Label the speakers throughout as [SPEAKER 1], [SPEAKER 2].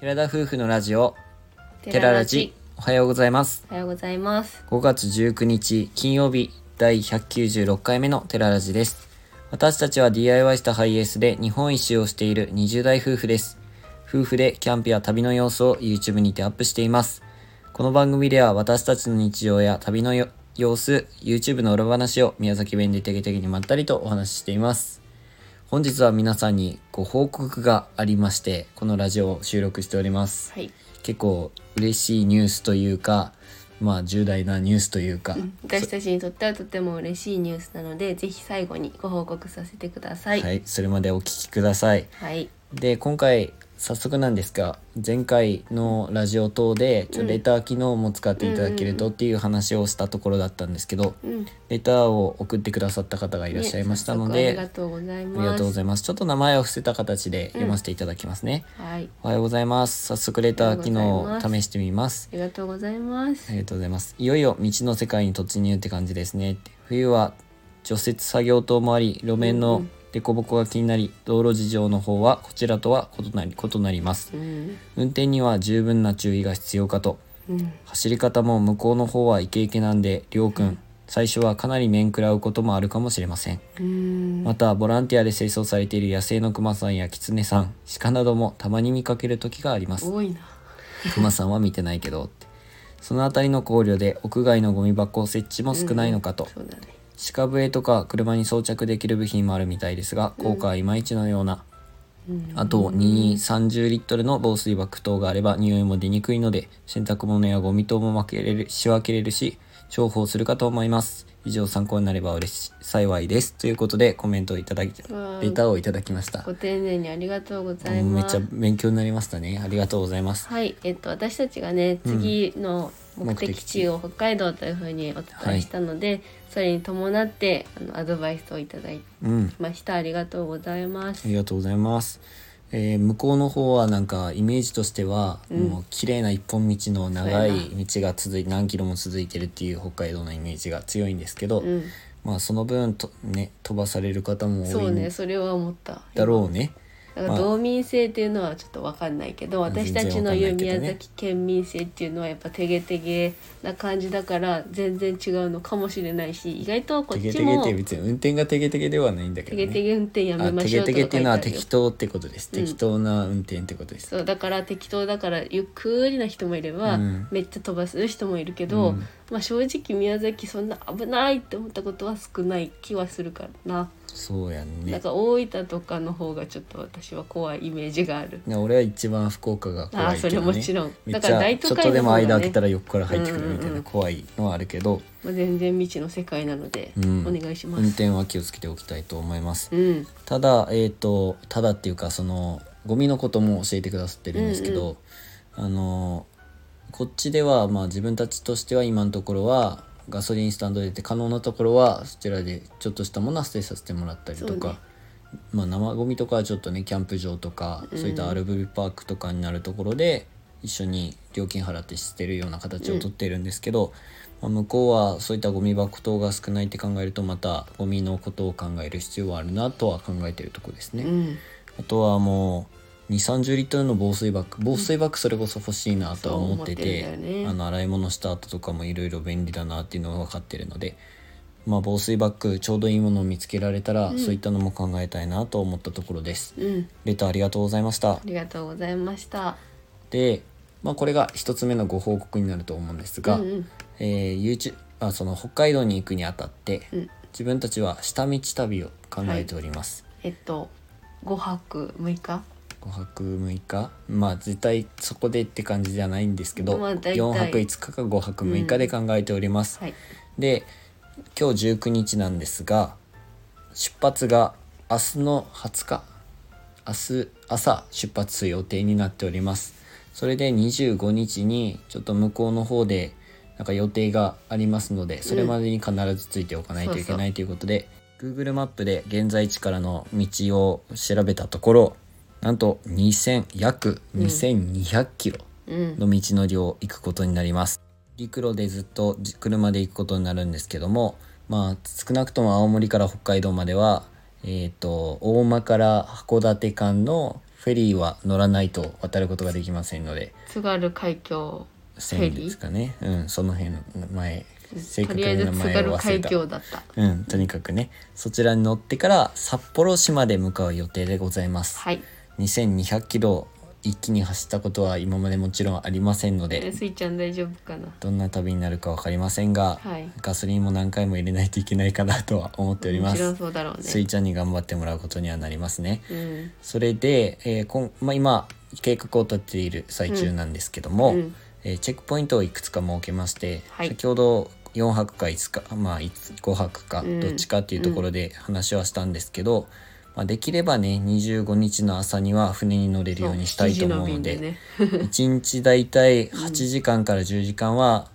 [SPEAKER 1] 寺田夫婦のラジオ
[SPEAKER 2] テ
[SPEAKER 1] 寺ラジおはようございます
[SPEAKER 2] おはようございます
[SPEAKER 1] 5月19日金曜日第196回目の寺ラジです私たちは DIY したハイエースで日本一周をしている20代夫婦です夫婦でキャンプや旅の様子を YouTube にてアップしていますこの番組では私たちの日常や旅のよ様子 YouTube の裏話を宮崎弁でテケテケにまったりとお話ししています本日は皆さんにご報告がありましてこのラジオを収録しております
[SPEAKER 2] はい
[SPEAKER 1] 結構嬉しいニュースというかまあ重大なニュースというか、
[SPEAKER 2] 私たちにとってはとても嬉しいニュースなのでぜひ最後にご報告させてください
[SPEAKER 1] は
[SPEAKER 2] はい、
[SPEAKER 1] い、それまでお聞きくださいで今回早速なんですが前回のラジオ等でちょ
[SPEAKER 2] うん
[SPEAKER 1] レター機能も使っていただけるとっていう話をしたところだったんですけど、
[SPEAKER 2] うん
[SPEAKER 1] レターを送ってくださった方がいらっしゃいましたので、
[SPEAKER 2] ね早速ありがとうござい
[SPEAKER 1] あ
[SPEAKER 2] ます
[SPEAKER 1] りがとうございますちょっと名前を伏せた形で読ませていただきますね、
[SPEAKER 2] はい
[SPEAKER 1] おはようございます早速レター機能を試してみます
[SPEAKER 2] ありがとうございます
[SPEAKER 1] ありがとうございます。いよいよ道の世界に突入って感じですね。冬は除雪作業等もあり、路面
[SPEAKER 2] うん
[SPEAKER 1] の
[SPEAKER 2] うん
[SPEAKER 1] 凸凹が気になり、道路事情の方はこちらとは異なり異なります。
[SPEAKER 2] うん
[SPEAKER 1] 運転には十分な注意が必要かと。
[SPEAKER 2] うん
[SPEAKER 1] 走り方も向こうの方はイケイケなんで、りょうくん、最初はかなり面食らうこともあるかもしれません。
[SPEAKER 2] うん
[SPEAKER 1] また、ボランティアで清掃されている野生のクマさんやキツネさん、鹿などもたまに見かける時があります。
[SPEAKER 2] 多いな
[SPEAKER 1] 熊さんは見てないけどってそのあたりの考慮で屋外のゴミ箱設置も少ないのかと、
[SPEAKER 2] そうだね
[SPEAKER 1] 鹿笛とか車に装着できる部品もあるみたいですが効果はいまいちのような、
[SPEAKER 2] うん
[SPEAKER 1] あと230リットルの防水バッグ等があれば匂いも出にくいので洗濯物やゴミ等も分けれる仕分けれるし重宝するかと思います以上参考になれば嬉しい幸いですということでコメントをいただき
[SPEAKER 2] うわー
[SPEAKER 1] レターをいただきました
[SPEAKER 2] ご丁寧にありがとうござい
[SPEAKER 1] めっ
[SPEAKER 2] ま
[SPEAKER 1] ち
[SPEAKER 2] す
[SPEAKER 1] ゃ勉強になりましたねありがとうございます
[SPEAKER 2] はい、えっと、私たちがね、次の目的地を北海道というふうにお伝えしたので、それに伴ってあのアドバイスをいただき
[SPEAKER 1] うん
[SPEAKER 2] ました。ありがとうございま
[SPEAKER 1] あ
[SPEAKER 2] す。
[SPEAKER 1] りがとうございます。えー向こうの方はなんかイメージとしては、もう綺麗な一本道の長
[SPEAKER 2] そうや
[SPEAKER 1] い道が続い何キロも続いてるっていう北海道のイメージが強いんですけど、
[SPEAKER 2] うん、
[SPEAKER 1] まあその分とね飛ばされる方も多
[SPEAKER 2] そう
[SPEAKER 1] いん
[SPEAKER 2] ね、それは思った。
[SPEAKER 1] だろうね。
[SPEAKER 2] だから道民性っていうのはちょっとわかんないけど、私たち
[SPEAKER 1] 全然わかん
[SPEAKER 2] の言う
[SPEAKER 1] ないけどね
[SPEAKER 2] 宮崎県民性っていうのはやっぱてげてげな感じだから全然違うのかもしれないし、意外とこ
[SPEAKER 1] テ
[SPEAKER 2] っ
[SPEAKER 1] ゲ
[SPEAKER 2] ち
[SPEAKER 1] テゲっ
[SPEAKER 2] も
[SPEAKER 1] て別に運転がテゲテゲではないんだけ
[SPEAKER 2] て
[SPEAKER 1] ど
[SPEAKER 2] げ
[SPEAKER 1] ね。
[SPEAKER 2] てげ運転やめ
[SPEAKER 1] あ
[SPEAKER 2] ま
[SPEAKER 1] テ
[SPEAKER 2] し
[SPEAKER 1] ゲ
[SPEAKER 2] ょうと
[SPEAKER 1] テ
[SPEAKER 2] か書
[SPEAKER 1] ゲ
[SPEAKER 2] い
[SPEAKER 1] って
[SPEAKER 2] て
[SPEAKER 1] い
[SPEAKER 2] あ
[SPEAKER 1] うのは
[SPEAKER 2] るよ
[SPEAKER 1] 適。当ってことです。
[SPEAKER 2] うん
[SPEAKER 1] 適当な運転ってことです。
[SPEAKER 2] そうだから適当だからゆっくりな人もいれば、
[SPEAKER 1] うん
[SPEAKER 2] めっちゃ飛ばす人もいるけど、
[SPEAKER 1] うん
[SPEAKER 2] まあ正直宮崎そんな危ないって思ったことは少ない気はするからな、
[SPEAKER 1] そうやん
[SPEAKER 2] な
[SPEAKER 1] ね
[SPEAKER 2] ん。か大分とかの方がちょっと私は怖いイメージがある。
[SPEAKER 1] ね俺は一番福岡が
[SPEAKER 2] あ
[SPEAKER 1] 怖
[SPEAKER 2] あ
[SPEAKER 1] い
[SPEAKER 2] そ
[SPEAKER 1] け
[SPEAKER 2] れ
[SPEAKER 1] ど
[SPEAKER 2] も
[SPEAKER 1] ね
[SPEAKER 2] ち。ろん
[SPEAKER 1] め
[SPEAKER 2] だ
[SPEAKER 1] っ
[SPEAKER 2] か
[SPEAKER 1] ち
[SPEAKER 2] ら
[SPEAKER 1] ゃ
[SPEAKER 2] 大
[SPEAKER 1] ちょ
[SPEAKER 2] 都
[SPEAKER 1] っと
[SPEAKER 2] 会
[SPEAKER 1] で
[SPEAKER 2] の
[SPEAKER 1] も
[SPEAKER 2] 方
[SPEAKER 1] 間
[SPEAKER 2] が
[SPEAKER 1] 開け
[SPEAKER 2] ね
[SPEAKER 1] たら横から入ってくるみた
[SPEAKER 2] う
[SPEAKER 1] い
[SPEAKER 2] んうんう
[SPEAKER 1] なん怖いのはあるけど、
[SPEAKER 2] まあ、全然未知の世界なので、
[SPEAKER 1] うん
[SPEAKER 2] お願いしま
[SPEAKER 1] 運
[SPEAKER 2] す。
[SPEAKER 1] 転は気をつけておきたいと思います
[SPEAKER 2] うん、
[SPEAKER 1] ただえっ、とただっていうかそのゴミのことも教えてくださってるんですけど、あのこっちではまあ自分たちとしては今のところはガソリンスタンドでって可能なところはそちらでちょっとしたものは捨てさせてもらったりと
[SPEAKER 2] そう
[SPEAKER 1] か、
[SPEAKER 2] ね
[SPEAKER 1] まあ、生ゴミとかはちょっとねキャンプ場とか、そういった RV パークとかになるところで一緒に料金払って捨てるような形をとっているんですけど、まあ、向こうはそういったゴミ箱等が少ないって考えるとまたゴミのことを考える必要はあるなとは考えているところですね。
[SPEAKER 2] うん、
[SPEAKER 1] あとはもう2 3 0リットルの防水バッグ防水バッグそれこそ欲しいなとは思ってて,、
[SPEAKER 2] そう思ってんだよね
[SPEAKER 1] あの洗い物した後とかもいろいろ便利だなっていうのが分かってるので、まあ、防水バッグちょうどいいものを見つけられたら、そういったのも考えたいなと思ったところです。
[SPEAKER 2] うん、
[SPEAKER 1] レターありがとうございました
[SPEAKER 2] あ。りがとうございました。
[SPEAKER 1] で、まあ、これが1つ目のご報告になると思うんですが、
[SPEAKER 2] うんうん
[SPEAKER 1] えー YouTube あその北海道に行くにあたって、
[SPEAKER 2] うん
[SPEAKER 1] 自分たちは下道旅を考えております。
[SPEAKER 2] えっと5泊6日
[SPEAKER 1] 5泊6日まあ絶対そこでって感じじゃないんですけど、
[SPEAKER 2] まあ大体
[SPEAKER 1] 4泊5日か5泊6日で考えております、
[SPEAKER 2] はい、
[SPEAKER 1] で今日19日なんですが出発が明日の20日明日朝出発する予定になっておりますそれで25日にちょっと向こうの方でなんか予定がありますのでそれまでに必ずついておかないといけないということで、Google マップで現在地からの道を調べたところなんと2000約2200キロ
[SPEAKER 2] うん、
[SPEAKER 1] の道のりを行くことになります陸路でずっとじ車で行くことになるんですけどもまあ少なくとも青森から北海道まではえっ、と大間から函館間のフェリーは乗らないと渡ることができませんので
[SPEAKER 2] 津軽海峡
[SPEAKER 1] 線ですかねうんその辺の名前正
[SPEAKER 2] と
[SPEAKER 1] 確
[SPEAKER 2] りあ
[SPEAKER 1] に
[SPEAKER 2] えず
[SPEAKER 1] 名
[SPEAKER 2] 津
[SPEAKER 1] 前
[SPEAKER 2] 軽
[SPEAKER 1] を忘れ
[SPEAKER 2] 海
[SPEAKER 1] た
[SPEAKER 2] 峡だった
[SPEAKER 1] うんとにかくねそちらに乗ってから札幌市まで向かう予定でございます、
[SPEAKER 2] はい
[SPEAKER 1] 2200キロ一気に走ったことは今までもちろんありませんの
[SPEAKER 2] え
[SPEAKER 1] で
[SPEAKER 2] スイちゃん大丈夫かな
[SPEAKER 1] どんな旅になるか分かりませんが、
[SPEAKER 2] はい
[SPEAKER 1] ガソリンも何回も入れないといけないかなとは思っておりま
[SPEAKER 2] もちろ
[SPEAKER 1] す
[SPEAKER 2] んそうだろう
[SPEAKER 1] スイ
[SPEAKER 2] ね
[SPEAKER 1] ちゃんに頑張ってもらうことにはなりますね
[SPEAKER 2] うん
[SPEAKER 1] それで、えーこんまあ、今計画を立てている最中なんですけども、
[SPEAKER 2] うん
[SPEAKER 1] えーチェックポイントをいくつか設けまして、
[SPEAKER 2] はい
[SPEAKER 1] 先ほど4泊か5日まあ5泊か
[SPEAKER 2] うん
[SPEAKER 1] どっちかっていうところで話はしたんですけど、まあ、できればね25日の朝には船に乗れるようにしたいと思うので
[SPEAKER 2] そう7時の便 ね
[SPEAKER 1] 1日だいたい8時間から10時間は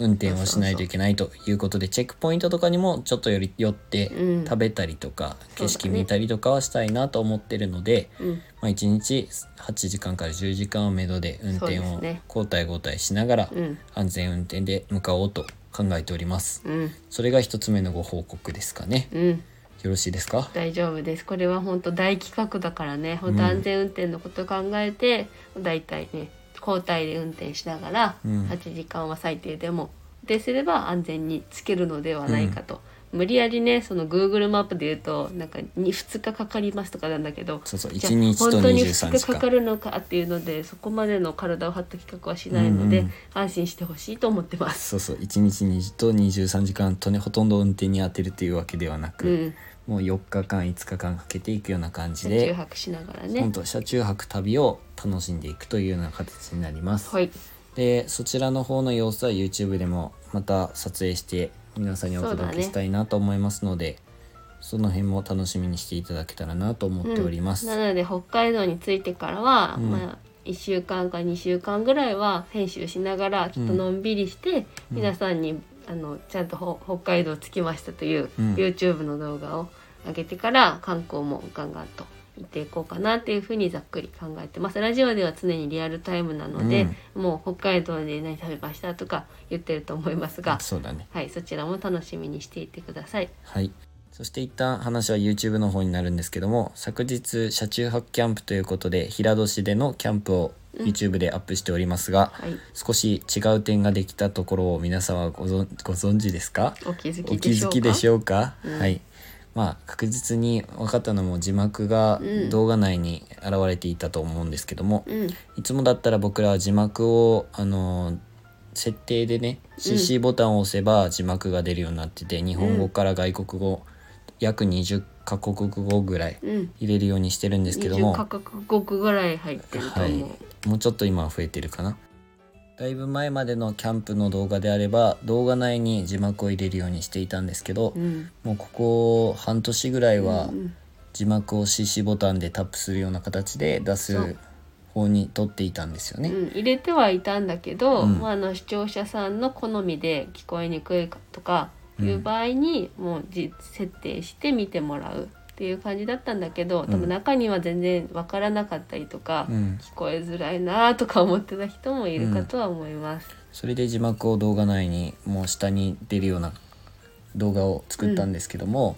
[SPEAKER 1] 運転をしないといけないということでチェックポイントとかにもちょっとより寄って
[SPEAKER 2] うん
[SPEAKER 1] 食べたりとか
[SPEAKER 2] そうだね
[SPEAKER 1] 景色見たりとかはしたいなと思ってるので、
[SPEAKER 2] うん
[SPEAKER 1] まあ、1日8時間から10時間をめどで運転
[SPEAKER 2] そう
[SPEAKER 1] を
[SPEAKER 2] ですね
[SPEAKER 1] 交代交代しながら
[SPEAKER 2] うん
[SPEAKER 1] 安全運転で向かおうと考えております。
[SPEAKER 2] うん
[SPEAKER 1] それが一つ目のご報告ですかね。
[SPEAKER 2] うん
[SPEAKER 1] よろしいですか
[SPEAKER 2] 大丈夫ですこれは本当大企画だからね本当安全運転のこと考えて、だいたいね交代で運転しながら
[SPEAKER 1] うん
[SPEAKER 2] 8時間は最低でもですれば安全につけるのではないかと、無理やりねその Google マップで言うとなんか 2, 2日かかりますとかなんだけど
[SPEAKER 1] そうそう
[SPEAKER 2] じゃあ
[SPEAKER 1] 1日と
[SPEAKER 2] 本当に
[SPEAKER 1] 23時
[SPEAKER 2] 2日か
[SPEAKER 1] 間
[SPEAKER 2] かるのかっていうのでそこまでの体を張った企画はしないので、
[SPEAKER 1] うんうん
[SPEAKER 2] 安心してほしいと思ってます。
[SPEAKER 1] そうそう1日2と23時間とねほとんど運転に当てるというわけではな
[SPEAKER 2] う
[SPEAKER 1] く、
[SPEAKER 2] ん、
[SPEAKER 1] もう4日間5日間かけていくような感じ
[SPEAKER 2] 中
[SPEAKER 1] で
[SPEAKER 2] 泊しながら
[SPEAKER 1] 本
[SPEAKER 2] ね。
[SPEAKER 1] 当車中泊旅を楽しんでいくというような形になります、
[SPEAKER 2] はい、
[SPEAKER 1] でそちらの方の様子は YouTube でもまた撮影して皆さんにお届けしたいなと思いますのでそ,、の辺も楽しみにしていただけたらなと思っております、
[SPEAKER 2] うんなので北海道に着いてからは、
[SPEAKER 1] うん
[SPEAKER 2] まあ1週間か2週間ぐらいは編集しながらちょっとのんびりして、
[SPEAKER 1] うん
[SPEAKER 2] 皆さんにあのちゃんとほ北海道着きましたという
[SPEAKER 1] うん
[SPEAKER 2] YouTube の動画を上げてから観光もガンガンと行っていこうかなっていうふうにざっくり考えてますラジオでは常にリアルタイムなので、もう北海道で何食べましたとか言ってると思いますが、
[SPEAKER 1] そうだね
[SPEAKER 2] はい、そちらも楽しみにしていてください。
[SPEAKER 1] はい。そして一旦話は YouTube の方になるんですけども、昨日車中泊キャンプということで平戸市でのキャンプを YouTube でアップしておりますが、
[SPEAKER 2] はい、
[SPEAKER 1] 少し違う点ができたところを皆さんはご存ご存知ですか
[SPEAKER 2] お気づ
[SPEAKER 1] お
[SPEAKER 2] き
[SPEAKER 1] 気
[SPEAKER 2] でし
[SPEAKER 1] づ
[SPEAKER 2] ょう
[SPEAKER 1] き
[SPEAKER 2] か
[SPEAKER 1] でしょうか、
[SPEAKER 2] うん
[SPEAKER 1] はい。まあ確実に分かったのも字幕が
[SPEAKER 2] うん
[SPEAKER 1] 動画内に現れていたと思うんですけども、
[SPEAKER 2] うん
[SPEAKER 1] いつもだったら僕らは字幕をあのー設定でね CC ボタンを押せば字幕が出るようになってて、日本語から外国語約20カ国語ぐらい
[SPEAKER 2] うん
[SPEAKER 1] 入れるようにしてるんですけども、
[SPEAKER 2] 20カ国語ぐらい入ってると
[SPEAKER 1] は
[SPEAKER 2] 思う。
[SPEAKER 1] い、もうちょっと今は増えてるかなだいぶ前までのキャンプの動画であれば動画内に字幕を入れるようにしていたんですけど、
[SPEAKER 2] うん。
[SPEAKER 1] もうここ半年ぐらいは
[SPEAKER 2] うん
[SPEAKER 1] 字幕を CC ボタンでタップするような形で出
[SPEAKER 2] そう
[SPEAKER 1] す方に取っていたんですよ
[SPEAKER 2] う
[SPEAKER 1] ね。
[SPEAKER 2] ん、入れてはいたんだけど、
[SPEAKER 1] うん
[SPEAKER 2] まあ、あの視聴者さんの好みで聞こえにくいとかいう場合に、もうじ設定して見てもらうっていう感じだったんだけど、
[SPEAKER 1] ん
[SPEAKER 2] 多分中には全然わからなかったりとか、
[SPEAKER 1] うん
[SPEAKER 2] 聞こえづらいなとか思ってた人もいるかとは思います。
[SPEAKER 1] それで字幕を動画内にもう下に出るような動画を作ったんですけども、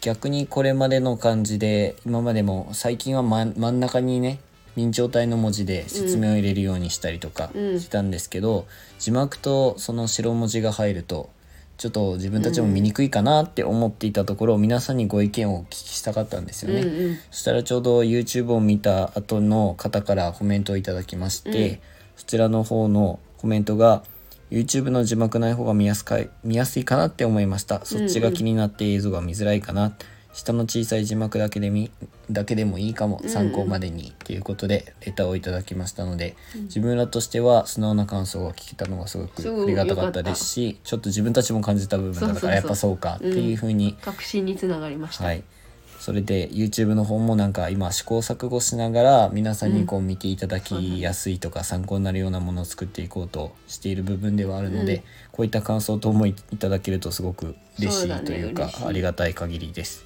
[SPEAKER 1] 逆にこれまでの感じで今までも最近は真真ん中にね明朝体の文字で説明を入れるようにしたりとか
[SPEAKER 2] うん
[SPEAKER 1] したんですけど、字幕とその白文字が入るとちょっと自分たちも見にくいかなって思っていたところ、皆さんにご意見をお聞きしたかったんですよね。
[SPEAKER 2] うんうん
[SPEAKER 1] そしたらちょうど YouTube を見た後の方からコメントをいただきまして、
[SPEAKER 2] うん
[SPEAKER 1] そちらの方のコメントが YouTube の字幕ない方が見やすかい見やすいかなって思いましたそっちが気になって映像が見づらいかな、下の小さい字幕だけでみだけでもいいかも
[SPEAKER 2] うん
[SPEAKER 1] 参考までにっていうことでレターをいただきましたので、自分らとしては素直な感想が聞けたのがすご
[SPEAKER 2] す
[SPEAKER 1] く
[SPEAKER 2] ごい
[SPEAKER 1] ありがたかったですしちょっと自分たちも感じた部分だ
[SPEAKER 2] そう
[SPEAKER 1] か
[SPEAKER 2] そうそ
[SPEAKER 1] ら
[SPEAKER 2] う
[SPEAKER 1] やっぱそうかっていうふうに
[SPEAKER 2] 確信につながりました。
[SPEAKER 1] はい、それで YouTube の方もなんか今試行錯誤しながら皆さんにこう見ていただきやすいとか参考になるようなものを作っていこうとしている部分ではあるので、
[SPEAKER 2] うん
[SPEAKER 1] こういった感想等もいただけるとすごく嬉し
[SPEAKER 2] そうだ
[SPEAKER 1] い
[SPEAKER 2] ね
[SPEAKER 1] というか
[SPEAKER 2] 嬉しい
[SPEAKER 1] ありがたい限りです。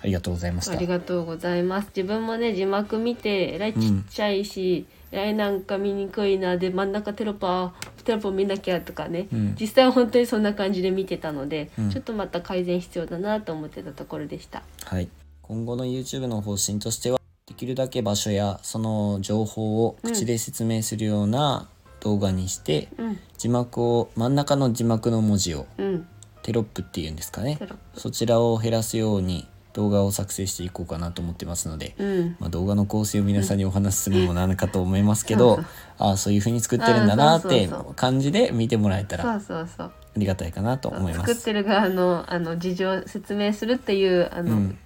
[SPEAKER 1] ありがとうございました。
[SPEAKER 2] ありがとうございます。自分もね字幕見てえらいちっちゃいし、えらいなんか見にくいなで真ん中テロップあテロップ見なきゃとかね、
[SPEAKER 1] うん
[SPEAKER 2] 実際は本当にそんな感じで見てたので、
[SPEAKER 1] うん
[SPEAKER 2] ちょっとまた改善必要だなと思ってたところでした。
[SPEAKER 1] はい、今後の YouTube の方針としてはできるだけ場所やその情報を口で説明するような動画にして、
[SPEAKER 2] うん
[SPEAKER 1] 字幕を真ん中の字幕の文字を
[SPEAKER 2] うん
[SPEAKER 1] テロップっていうんですかね
[SPEAKER 2] テロッ
[SPEAKER 1] そちらを減らすように動画を作成していこうかなと思ってますので、
[SPEAKER 2] うん
[SPEAKER 1] まあ、動画の構成を皆さんにお話しするのもなんかと思いますけど
[SPEAKER 2] そう
[SPEAKER 1] ああそういう風に作ってるんだなっ
[SPEAKER 2] あー
[SPEAKER 1] て
[SPEAKER 2] そうそうそう
[SPEAKER 1] 感じで見てもらえたら
[SPEAKER 2] そ
[SPEAKER 1] あ
[SPEAKER 2] うそうそう
[SPEAKER 1] りがたいかなと思いま
[SPEAKER 2] 作っ
[SPEAKER 1] す。
[SPEAKER 2] てる側のあの事情を説明するっていうあの、
[SPEAKER 1] うん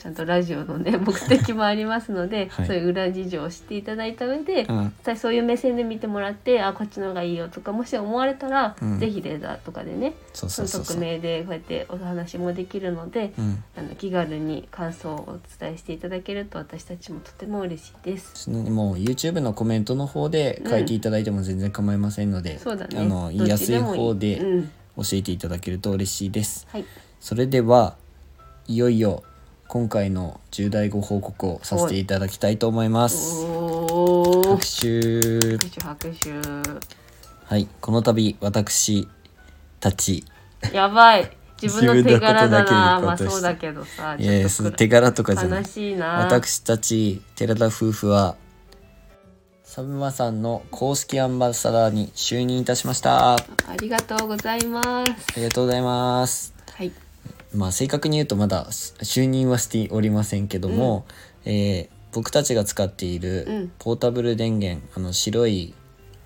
[SPEAKER 2] ちゃんとラジオのね目的もありますので、
[SPEAKER 1] はい
[SPEAKER 2] そういう裏事情を知っていただいた上で、
[SPEAKER 1] うん
[SPEAKER 2] 実際そういう目線で見てもらってあこっちの方がいいよとかもし思われたら、
[SPEAKER 1] うん
[SPEAKER 2] ぜひレーザーとかでね
[SPEAKER 1] そうそ
[SPEAKER 2] そ
[SPEAKER 1] う
[SPEAKER 2] の
[SPEAKER 1] そうそ
[SPEAKER 2] 匿
[SPEAKER 1] う、
[SPEAKER 2] 名でこうやってお話もできるので、
[SPEAKER 1] うん、
[SPEAKER 2] あの気軽に感想をお伝えしていただけると私たちもとても嬉しいです。
[SPEAKER 1] そのもう YouTube のコメントの方で書いていただいても全然構いませんので、
[SPEAKER 2] そうだね。
[SPEAKER 1] あの言
[SPEAKER 2] ど
[SPEAKER 1] い
[SPEAKER 2] っ
[SPEAKER 1] や
[SPEAKER 2] ち
[SPEAKER 1] すい
[SPEAKER 2] も
[SPEAKER 1] 方で
[SPEAKER 2] うん、
[SPEAKER 1] 教えていただけると嬉しいです。
[SPEAKER 2] はい、
[SPEAKER 1] それではいよいよ今回の重大ご報告をさせていただきたいと思います。
[SPEAKER 2] おー
[SPEAKER 1] 拍手
[SPEAKER 2] 拍手拍手。
[SPEAKER 1] はいこの度私たち
[SPEAKER 2] やばい自分の手柄だな
[SPEAKER 1] 自分の
[SPEAKER 2] ま
[SPEAKER 1] こ
[SPEAKER 2] あ
[SPEAKER 1] とだけ
[SPEAKER 2] そうだけどさ
[SPEAKER 1] いやいや
[SPEAKER 2] ち
[SPEAKER 1] そ
[SPEAKER 2] ょ
[SPEAKER 1] の
[SPEAKER 2] っと
[SPEAKER 1] 手柄とかじゃない
[SPEAKER 2] 悲しいな
[SPEAKER 1] 私たち寺田夫婦はサブマさんの公式アンバサダーに就任いたしましたあ
[SPEAKER 2] ありがとうございます
[SPEAKER 1] りがとうございます
[SPEAKER 2] はい
[SPEAKER 1] まあ正確に言うとまだし就任はしておりませんけども、えー僕たちが使ってい
[SPEAKER 2] うん
[SPEAKER 1] るポータブル電源、あの白い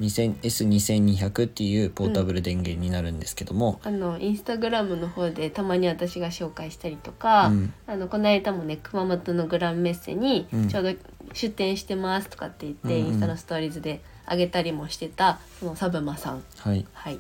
[SPEAKER 1] 2000- S2200 っていうポータブル電源になるんですけども、
[SPEAKER 2] あのインスタグラムの方でたまに私が紹介したりとか、
[SPEAKER 1] うん
[SPEAKER 2] あのこの間もね熊本のグランメッセに
[SPEAKER 1] うん
[SPEAKER 2] ちょうど出店してますとかって言って、
[SPEAKER 1] うんうん
[SPEAKER 2] インスタのストーリーズで上げたりもしてたそのサブマさん
[SPEAKER 1] はい、
[SPEAKER 2] はい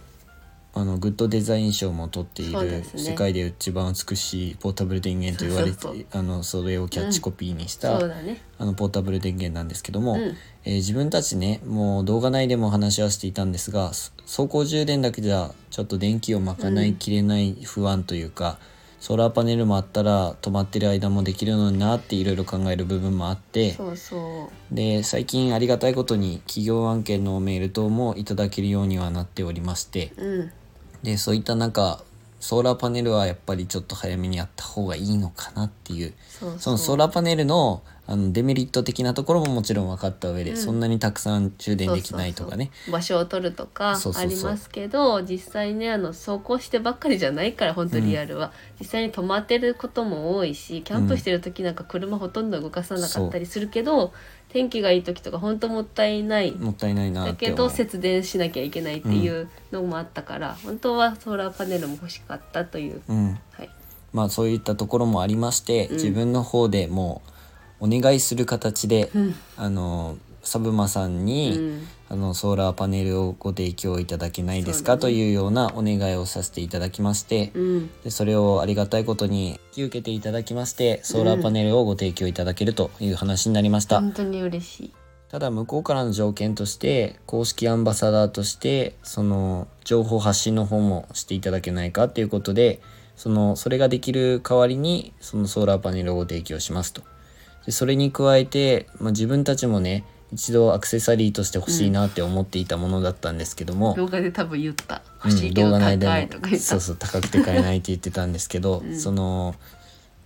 [SPEAKER 1] あのグッドデザイン賞も取ってい
[SPEAKER 2] そうで
[SPEAKER 1] る、
[SPEAKER 2] すね
[SPEAKER 1] 世界で一番美しいポータブル電源と言われて
[SPEAKER 2] そうそう
[SPEAKER 1] あのそれをキャッチコピーにした、
[SPEAKER 2] そうだね
[SPEAKER 1] あのポータブル電源なんですけども、
[SPEAKER 2] うん
[SPEAKER 1] えー自分たちねもう動画内でも話はしていたんですがそ走行充電だけじゃちょっと電気を賄いきれない不安というか、ソーラーパネルもあったら止まってる間もできるのになっていろいろ考える部分もあって
[SPEAKER 2] そうそ
[SPEAKER 1] で最近ありがたいことに企業案件のメール等もいただけるようにはなっておりまして。
[SPEAKER 2] ううん
[SPEAKER 1] でそういった中ソーラーパネルはやっぱりちょっと早めにやった方がいいのかなっていう
[SPEAKER 2] そうそう
[SPEAKER 1] そのソーラーパネルのあのデメリット的なところももちろん分かった上で、
[SPEAKER 2] うん
[SPEAKER 1] そんなにたくさん充電できないとかね
[SPEAKER 2] そうそうそう場所を取るとか
[SPEAKER 1] そうそ
[SPEAKER 2] あ
[SPEAKER 1] うそう
[SPEAKER 2] りますけど実際ねあの走行してばっかりじゃないから本当リアルは、実際に泊まってることも多いしキャンプしてる時なんか車ほとんど動かさなかったりするけど、天気がいい時とか本当もったいない。
[SPEAKER 1] もったいないな
[SPEAKER 2] だ
[SPEAKER 1] って
[SPEAKER 2] け
[SPEAKER 1] 思
[SPEAKER 2] ど
[SPEAKER 1] う
[SPEAKER 2] 節電しなきゃいけないっていうのもあったから、本当はソーラーパネルも欲しかったという、
[SPEAKER 1] うん
[SPEAKER 2] はい、
[SPEAKER 1] まあそういったところもありまして、
[SPEAKER 2] ん
[SPEAKER 1] 自分の方でもうお願いする形で、
[SPEAKER 2] ん
[SPEAKER 1] あのサブマさん
[SPEAKER 2] う
[SPEAKER 1] に、
[SPEAKER 2] ん、
[SPEAKER 1] あのソーラーパネルをご提供いただけないですか、
[SPEAKER 2] そうだ
[SPEAKER 1] と
[SPEAKER 2] ね
[SPEAKER 1] いうようなお願いをさせていただきまして、
[SPEAKER 2] うん、
[SPEAKER 1] でそれをありがたいことに引き受けていただきましてソーラーパネルをご提供いただけるという話になりました、
[SPEAKER 2] 本当に嬉しい。
[SPEAKER 1] ただ向こうからの条件として公式アンバサダーとしてその情報発信の方もしていただけないかということでそのそれができる代わりにそのソーラーパネルをご提供しますとでそれに加えて、まあ、自分たちもね一度アクセサリーとして欲しいなって思っていたものだったんですけども、
[SPEAKER 2] 動画で多分言った
[SPEAKER 1] うん
[SPEAKER 2] 欲しいけど
[SPEAKER 1] 動画
[SPEAKER 2] 高
[SPEAKER 1] 内で
[SPEAKER 2] いと
[SPEAKER 1] も
[SPEAKER 2] か言った、
[SPEAKER 1] そうそう高くて買えないって言ってたんですけど、
[SPEAKER 2] うん
[SPEAKER 1] その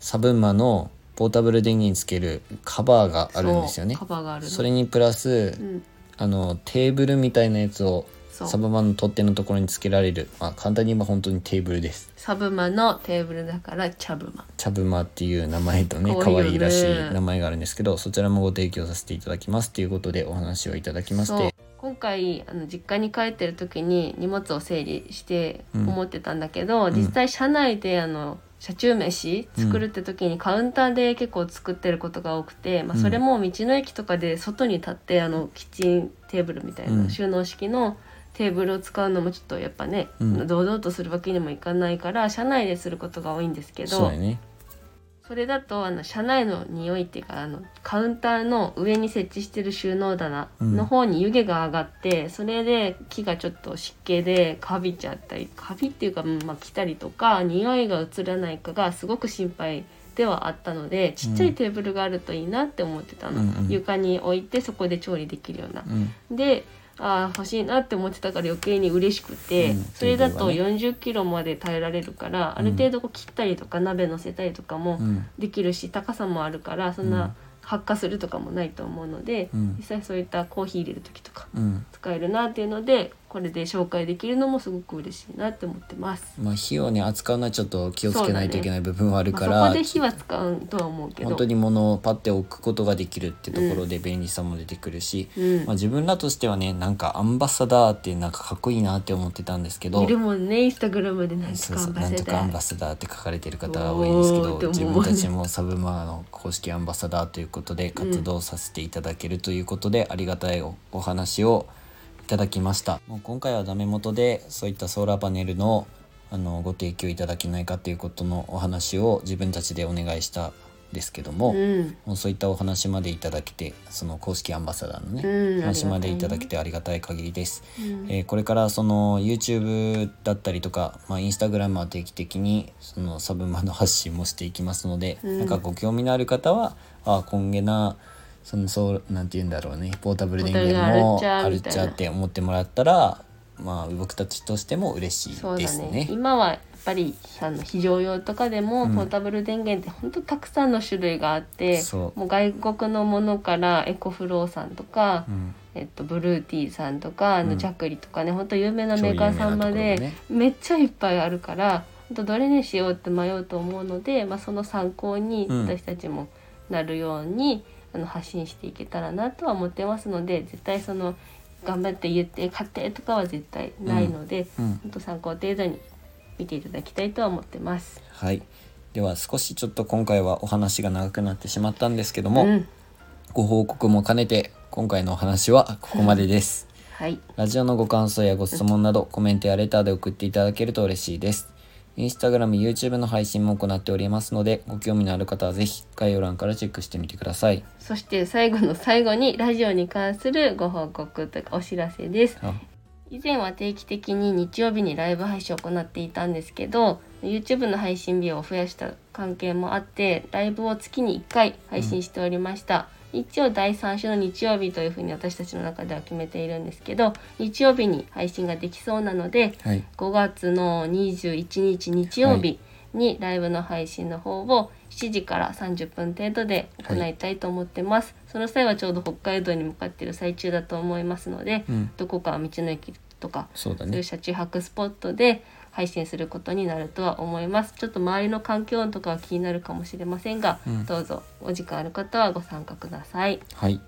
[SPEAKER 1] サブンマのポータブル電源につけるカバーがあるんですよね
[SPEAKER 2] そうカバーがあるの
[SPEAKER 1] それにプラス、
[SPEAKER 2] うん
[SPEAKER 1] あのテーブルみたいなやつを
[SPEAKER 2] そう
[SPEAKER 1] サブマの取っ手のところにつけられる、まあ、簡単に言えば本当にテーブルです
[SPEAKER 2] サブマのテーブルだからチャブマ
[SPEAKER 1] チャブマっていう名前とね
[SPEAKER 2] か
[SPEAKER 1] 可
[SPEAKER 2] わい
[SPEAKER 1] 愛
[SPEAKER 2] いよね
[SPEAKER 1] いらしい名前があるんですけどそちらもご提供させていただきますということでお話をいただきまし
[SPEAKER 2] そう
[SPEAKER 1] て
[SPEAKER 2] 今回あの実家に帰ってる時に荷物を整理して
[SPEAKER 1] うん
[SPEAKER 2] 思ってたんだけど、実際車内であの車中飯作るって時にカウンターで結構作ってることが多くて、まあ、
[SPEAKER 1] うん
[SPEAKER 2] それも道の駅とかで外に立ってあのキッチンテーブルみたい
[SPEAKER 1] うん
[SPEAKER 2] な収納式のテーブルを使うのもちょっとやっぱね、
[SPEAKER 1] うん
[SPEAKER 2] 堂々とするわけにもいかないから車内ですることが多いんですけど
[SPEAKER 1] そうやね
[SPEAKER 2] それだとあの車内の匂いっていうかあのカウンターの上に設置してる収納棚
[SPEAKER 1] うん
[SPEAKER 2] の方に湯気が上がって、それで木がちょっと湿気でカビちゃったりカビっていうか、うんまあ、来たりとか匂いが移らないかがすごく心配ではあったのでちっちゃいテーブルがあるといいなって思ってたの、
[SPEAKER 1] うんうん
[SPEAKER 2] 床に置いてそこで調理できるような
[SPEAKER 1] うん
[SPEAKER 2] であー欲しいなって思ってたから余計に嬉しくて、
[SPEAKER 1] うん
[SPEAKER 2] それだと
[SPEAKER 1] テーブ
[SPEAKER 2] 40キロまで耐えられるから、
[SPEAKER 1] ん
[SPEAKER 2] ある程度こう切ったりとか鍋乗せたりとかも
[SPEAKER 1] うん
[SPEAKER 2] できるし、高さもあるからそん
[SPEAKER 1] うん
[SPEAKER 2] な発火するとかもないと思うので、
[SPEAKER 1] うん
[SPEAKER 2] 実際そういったコーヒー入れる時とか
[SPEAKER 1] うん
[SPEAKER 2] 使えるなっていうのでこれで紹介できるのもすごく嬉しいなって思ってます。
[SPEAKER 1] まあ火をね扱うのはちょっと気をつけないといけない部分はある
[SPEAKER 2] ま
[SPEAKER 1] か
[SPEAKER 2] あ、
[SPEAKER 1] ら、
[SPEAKER 2] そこで火は使うとは思うけど
[SPEAKER 1] 本当に物をパッて置くことができるってところで便利さも出てくるし、
[SPEAKER 2] うん
[SPEAKER 1] まあ、自分らとしてはねなんかアンバサダーってなんかかっこいいなって思ってたんですけど
[SPEAKER 2] いるもんねインスタグラムでなんと
[SPEAKER 1] そう
[SPEAKER 2] か
[SPEAKER 1] そう
[SPEAKER 2] 頑
[SPEAKER 1] なん
[SPEAKER 2] 張せ
[SPEAKER 1] と
[SPEAKER 2] て
[SPEAKER 1] かアンバサダーって書かれてる方が多いんですけ
[SPEAKER 2] おーって
[SPEAKER 1] ど
[SPEAKER 2] 思う
[SPEAKER 1] 自分たちもサブマーの公式アンバサダーということで活動させていただけるということで、ありがたいおお話をいただきましたもう今回はダメ元でそういったソーラーパネルのあのご提供いただけないかということのお話を自分たちでお願いしたんですけども、
[SPEAKER 2] うん
[SPEAKER 1] もうそういったお話までいただけてその公式アンバサダーのね、
[SPEAKER 2] うん
[SPEAKER 1] 話までいただけてありがたい限りです、えーこれからその YouTube だったりとか、まあ、Instagram は定期的にそのサブマの発信もしていきますので、
[SPEAKER 2] うん
[SPEAKER 1] なんかご興味のある方はあ今月なそのそうなんて言うんだろうねポータブル電源も
[SPEAKER 2] ポータ
[SPEAKER 1] あ
[SPEAKER 2] ブ
[SPEAKER 1] る
[SPEAKER 2] ル
[SPEAKER 1] っ
[SPEAKER 2] である
[SPEAKER 1] ち
[SPEAKER 2] っちゃ
[SPEAKER 1] ゃ
[SPEAKER 2] みたいな
[SPEAKER 1] って思ってもらったらまあ僕たちとしても嬉し
[SPEAKER 2] そう
[SPEAKER 1] いで
[SPEAKER 2] だ
[SPEAKER 1] す
[SPEAKER 2] ね
[SPEAKER 1] ね。
[SPEAKER 2] 今はやっぱりあの非常用とかでも、
[SPEAKER 1] うん
[SPEAKER 2] ポータブル電源って本当たくさんの種類があって
[SPEAKER 1] そう
[SPEAKER 2] もう外国のものからエコフローさんとか、
[SPEAKER 1] うん
[SPEAKER 2] えっと、ブルーティーさんとかあ
[SPEAKER 1] う
[SPEAKER 2] の
[SPEAKER 1] ん
[SPEAKER 2] ジャクリとかね、本当有名なメーカーさんま
[SPEAKER 1] 超有名なところで
[SPEAKER 2] で
[SPEAKER 1] ね
[SPEAKER 2] めっちゃいっぱいあるから本当どれにしようって迷うと思うので、まあ、その参考に
[SPEAKER 1] うん
[SPEAKER 2] 私たちもなるように、あの発信していけたらなとは思ってますので絶対その頑張って言って買ってとかは絶対ないので、
[SPEAKER 1] うん
[SPEAKER 2] 本当参考程度に見ていただきたいとは思ってます。
[SPEAKER 1] はいでは少しちょっと今回はお話が長くなってしまったんですけども、
[SPEAKER 2] うん、
[SPEAKER 1] ご報告も兼ねて今回のお話はここまでです。
[SPEAKER 2] はい、
[SPEAKER 1] ラジオのご感想やご質問などコメントやレターで送っていただけると嬉しいです。インスタグラム、YouTube の配信も行っておりますので、ご興味のある方はぜひ概要欄からチェックしてみてください。
[SPEAKER 2] そして最後の最後にラジオに関するご報告というかお知らせです。
[SPEAKER 1] あ
[SPEAKER 2] 以前は定期的に日曜日にライブ配信を行っていたんですけど YouTube の配信日を増やした関係もあってライブを月に1回配信しておりました、一応第3週の日曜日というふうに私たちの中では決めているんですけど日曜日に配信ができそうなので
[SPEAKER 1] はい。
[SPEAKER 2] 5月の21日日曜
[SPEAKER 1] は
[SPEAKER 2] 日にライブの配信の方を7時から30分程度で行いたいと思ってます、その際はちょうど北海道に向かっている最中だと思いますので、
[SPEAKER 1] うん
[SPEAKER 2] どこか道の駅とか
[SPEAKER 1] そうだ
[SPEAKER 2] そうい
[SPEAKER 1] ね
[SPEAKER 2] う。車中泊スポットで配信することになるとは思いますちょっと周りの環境音とかは気になるかもしれませんが、
[SPEAKER 1] うん
[SPEAKER 2] どうぞお時間ある方はご参加ください
[SPEAKER 1] はい。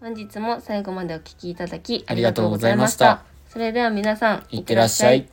[SPEAKER 2] 本日も最後までお聞きいただき
[SPEAKER 1] あ
[SPEAKER 2] あ
[SPEAKER 1] り
[SPEAKER 2] り
[SPEAKER 1] が
[SPEAKER 2] が
[SPEAKER 1] と
[SPEAKER 2] と
[SPEAKER 1] う
[SPEAKER 2] う
[SPEAKER 1] ご
[SPEAKER 2] ご
[SPEAKER 1] ざ
[SPEAKER 2] ざ
[SPEAKER 1] い
[SPEAKER 2] い
[SPEAKER 1] ま
[SPEAKER 2] ま
[SPEAKER 1] し
[SPEAKER 2] したたそれでは皆さん
[SPEAKER 1] いってらっしゃい。